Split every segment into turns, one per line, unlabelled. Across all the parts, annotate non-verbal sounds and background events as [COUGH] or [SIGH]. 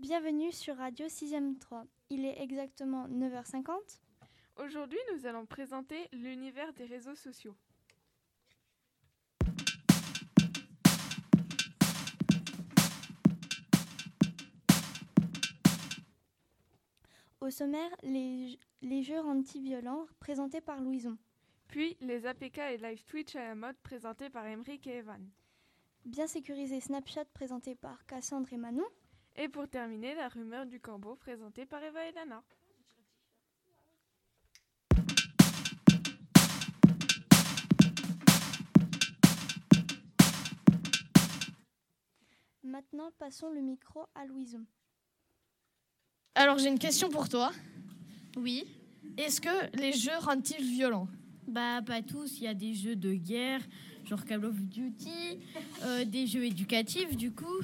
Bienvenue sur Radio 6ème 3. Il est exactement 9h50.
Aujourd'hui, nous allons présenter l'univers des réseaux sociaux.
Au sommaire, les, les jeux anti-violents présentés par Louison.
Puis les APK et live Twitch à la mode présentés par Emeric et Evan.
Bien sécurisé Snapchat présenté par Cassandre et Manon.
Et pour terminer, la rumeur du corbeau présentée par Eva et Lana.
Maintenant, passons le micro à Louison.
Alors j'ai une question pour toi.
Oui,
Est-ce que les jeux rendent-ils violents
bah pas tous, il y a des jeux de guerre, genre Call of Duty, euh, des jeux éducatifs du coup,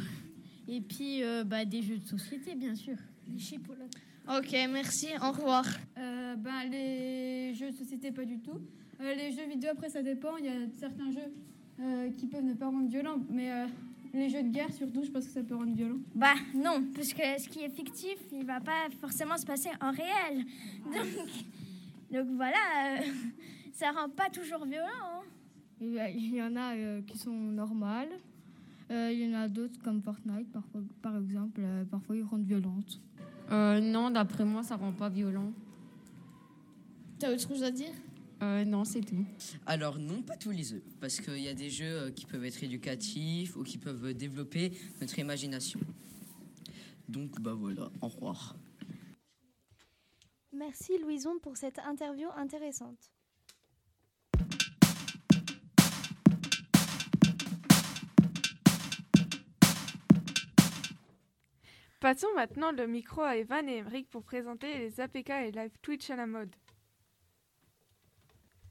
et puis euh, bah, des jeux de société bien sûr. Les chipologues.
Ok, merci, au revoir.
Euh, ben, les jeux de société, pas du tout. Euh, les jeux vidéo, après, ça dépend. Il y a certains jeux euh, qui peuvent ne pas rendre violent, mais euh, les jeux de guerre, surtout, je pense que ça peut rendre violent.
Bah non, parce que ce qui est fictif, il va pas forcément se passer en réel. Donc, donc voilà, euh, ça rend pas toujours violent. hein.
Il y a- il y en a euh, qui sont normales. Euh, il y en a d'autres comme Fortnite, parfois- par exemple. euh, parfois, ils rendent violentes.
Euh, non, d'après moi, ça rend pas violent.
T'as autre chose à dire
Euh, non, c'est tout.
Alors non, pas tous les jeux, parce qu'il y a des jeux euh, qui peuvent être éducatifs ou qui peuvent développer notre imagination. Donc bah voilà, au revoir.
Merci Louison pour cette interview intéressante.
Passons maintenant le micro à Evan et Emeric pour présenter les APK et live Twitch à la mode.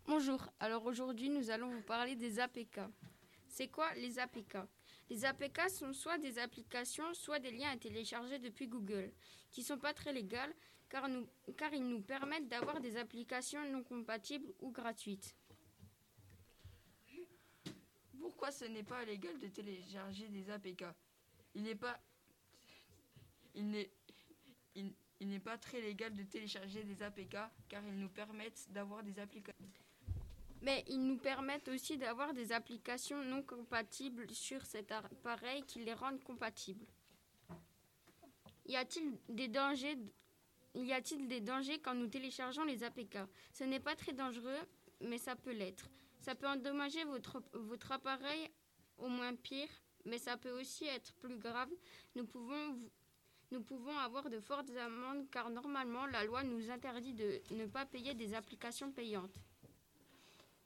Bonjour, alors aujourd'hui nous allons vous parler des APK. C'est quoi les APK Les APK sont soit des applications, soit des liens à télécharger depuis Google, qui sont pas très légales car, nous- car ils nous permettent d'avoir des applications non compatibles ou gratuites.
Pourquoi ce n'est pas légal de télécharger des APK Il n'est pas. Il n'est. Il, il n'est pas très légal de télécharger des APK car ils nous permettent d'avoir des applications.
Mais ils nous permettent aussi d'avoir des applications non compatibles sur cet appareil qui les rendent compatibles. Y a-t-il des dangers y a-t-il des dangers quand nous téléchargeons les APK Ce n'est pas très dangereux, mais ça peut l'être. Ça peut endommager votre, votre appareil, au moins pire, mais ça peut aussi être plus grave. Nous pouvons, vous- nous pouvons avoir de fortes amendes car normalement la loi nous interdit de ne pas payer des applications payantes.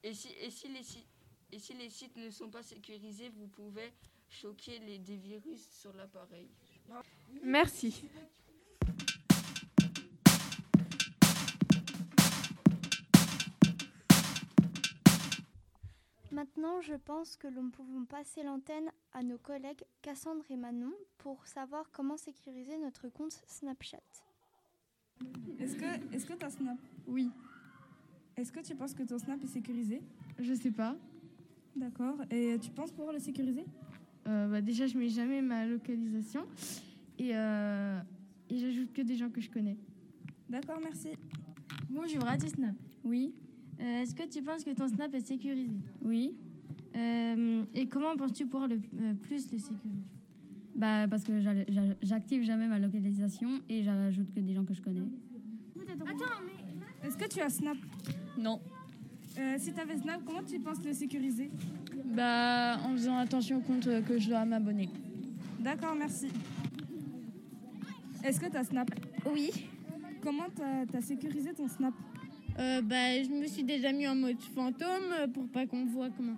Et si, et si les sites. Et si les sites ne sont pas sécurisés, vous pouvez choquer les, des virus sur l'appareil.
Merci.
Maintenant, je pense que nous pouvons passer l'antenne à nos collègues Cassandre et Manon pour savoir comment sécuriser notre compte Snapchat.
Est-ce que, est-ce que t'as Snap Oui. Est-ce que tu penses que ton Snap est sécurisé
Je sais pas.
D'accord. Et tu penses pouvoir le sécuriser
Euh, bah, déjà, je mets jamais ma localisation. Et, euh, et j'ajoute que des gens que je connais.
D'accord, merci.
Bonjour, Radio Snap. Oui. Euh, Est-ce que tu penses que ton Snap est sécurisé Oui. et comment penses-tu pouvoir le euh, plus le sécuriser
Bah parce que j'all- j'all- j'active jamais ma localisation et j'ajoute que des gens que je connais.
Attends, mais. Est-ce que tu as Snap
Non.
Euh, Si t'avais Snap, comment tu penses le sécuriser
Bah, en faisant attention au compte euh, que je dois m'abonner.
D'accord, merci. Est-ce que t'as Snap Oui. Comment t'as as sécurisé ton Snap
bah, Je me suis déjà mis en mode fantôme euh, pour pas qu'on voit comment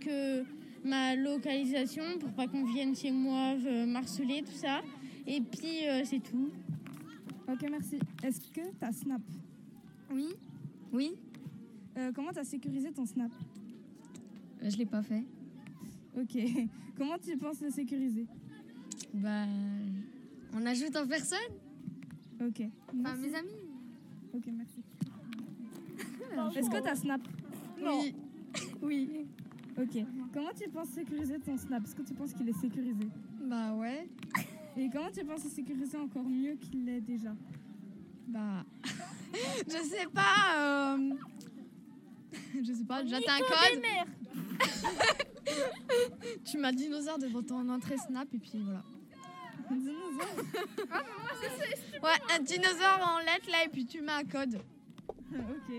que ma localisation, pour pas qu'on vienne chez moi euh, marceler, tout ça. Et puis euh, c'est tout.
Ok, merci. Est-ce que t'as Snap Oui. Oui. Euh, comment t'as sécurisé ton Snap
Euh, Je l'ai pas fait.
Ok. [LAUGHS] Comment tu penses le sécuriser
Bah on ajoute en personne.
Ok.
Enfin, mes amis.
Ok, merci. Est-ce que t'as Snap Oui. [LAUGHS] oui. Ok. Comment tu penses sécuriser ton Snap Est-ce que tu penses qu'il est sécurisé
Bah ouais.
Et comment tu penses le sécuriser encore mieux qu'il l'est déjà
Bah, je sais pas. euh, [LAUGHS] Je sais pas, j'attends un code. [LAUGHS] tu m'as dinosaure devant ton entrée Snap et puis voilà.
Un
[LAUGHS]
dinosaure Ah,
Ouais, un dinosaure en lettres là et puis tu mets un code.
[LAUGHS] Ok.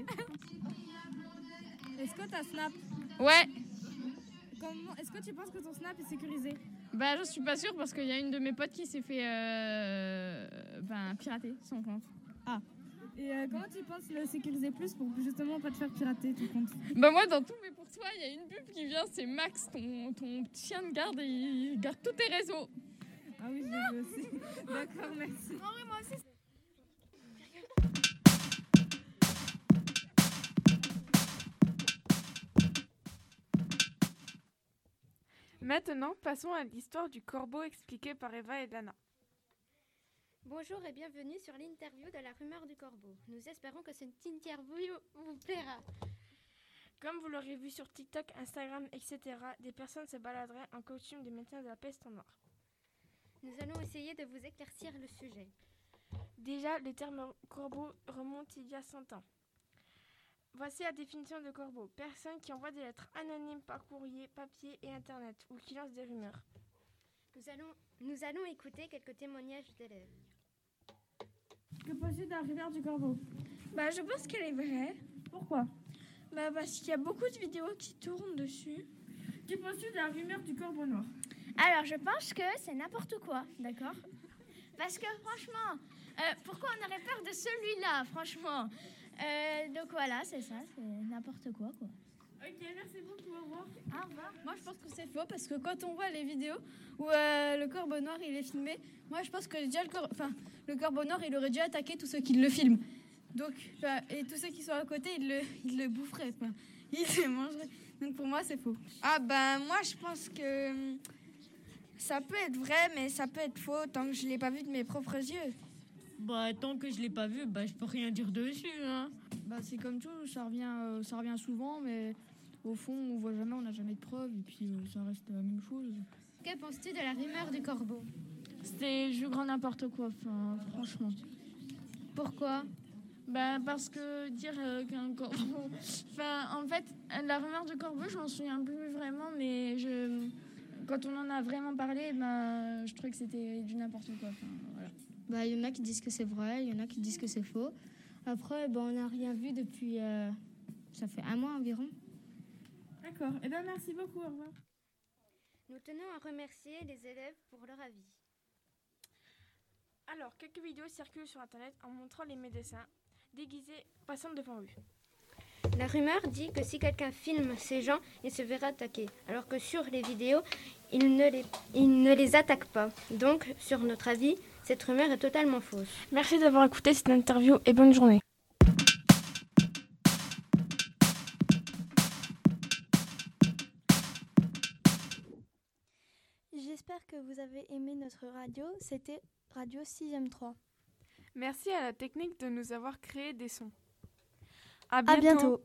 Est-ce que t'as Snap
Ouais,
Comment- Est-ce que tu penses que ton Snap est sécurisé
bah je suis pas sûre parce qu'il y a une de mes potes qui s'est fait euh, ben, pirater son compte.
Ah. Et euh, comment tu penses le sécuriser plus pour justement pas te faire pirater ton compte
Bah moi dans tout mais pour toi il y a une pub qui vient c'est Max ton, ton petit chien de garde et il garde tous tes réseaux.
Ah oui je veux aussi. D'accord merci.
moi aussi.
Maintenant, passons à l'histoire du corbeau expliquée par Eva et Lana.
Bonjour et bienvenue sur l'interview de la rumeur du corbeau. Nous espérons que cette interview vous plaira.
Comme vous l'aurez vu sur TikTok, Instagram, etc., des personnes se baladeraient en costume de médecins de la peste en noir.
Nous allons essayer de vous éclaircir le sujet.
Déjà, le terme corbeau remonte il y a 100 ans. Voici la définition de corbeau. Personne qui envoie des lettres anonymes par courrier, papier et internet, ou qui lance des rumeurs.
Nous allons, nous allons écouter quelques témoignages d'élèves.
Que penses-tu de la rumeur du corbeau
Bah, je pense qu'elle est vraie.
Pourquoi
Bah, parce qu'il y a beaucoup de vidéos qui tournent dessus.
Que penses-tu de la rumeur du corbeau noir
Alors, je pense que c'est n'importe quoi, d'accord Parce que franchement, euh, pourquoi on aurait peur de celui-là, franchement Euh, Donc voilà, c'est ça, c'est n'importe quoi, quoi.
Ok, merci beaucoup, au revoir.
Au revoir.
Moi, je pense que c'est faux parce que quand on voit les vidéos où euh, le corbeau noir il est filmé, moi je pense que déjà le, cor- enfin, le corbeau noir il aurait dû attaquer tous ceux qui le filment. Donc, enfin, et tous ceux qui sont à côté, ils le, ils le boufferaient, enfin, [LAUGHS] ils le mangeraient. Donc pour moi, c'est faux.
Ah ben moi je pense que hum, ça peut être vrai mais ça peut être faux tant que je l'ai pas vu de mes propres yeux.
Bah, tant que je l'ai pas vu, bah, je peux rien dire dessus. Hein.
Bah, c'est comme tout, ça revient, euh, ça revient souvent, mais au fond, on voit jamais, on n'a jamais de preuves, et puis euh, ça reste la même chose.
Que penses-tu de la rumeur du corbeau
C'était je grand n'importe quoi, enfin, franchement. Pourquoi Bah parce que dire euh, qu'un corbeau. [LAUGHS] enfin en fait la rumeur du corbeau je m'en souviens plus vraiment mais je quand on en a vraiment parlé bah, je trouvais que c'était du n'importe quoi. Enfin, voilà.
Bah, il y en a qui disent que c'est vrai, il y en a qui disent que c'est faux. Après, bah, on n'a rien vu depuis. euh, ça fait un mois environ.
D'accord, et bien merci beaucoup, au revoir.
Nous tenons à remercier les élèves pour leur avis.
Alors, quelques vidéos circulent sur Internet en montrant les médecins déguisés passant devant eux.
La rumeur dit que si quelqu'un filme ces gens, il se verra attaquer, alors que sur les vidéos, il ne les, il ne les attaque pas. Donc, sur notre avis, cette rumeur est totalement fausse.
Merci d'avoir écouté cette interview et bonne journée.
J'espère que vous avez aimé notre radio. C'était Radio 6ème 3.
Merci à la technique de nous avoir créé des sons.
À bientôt.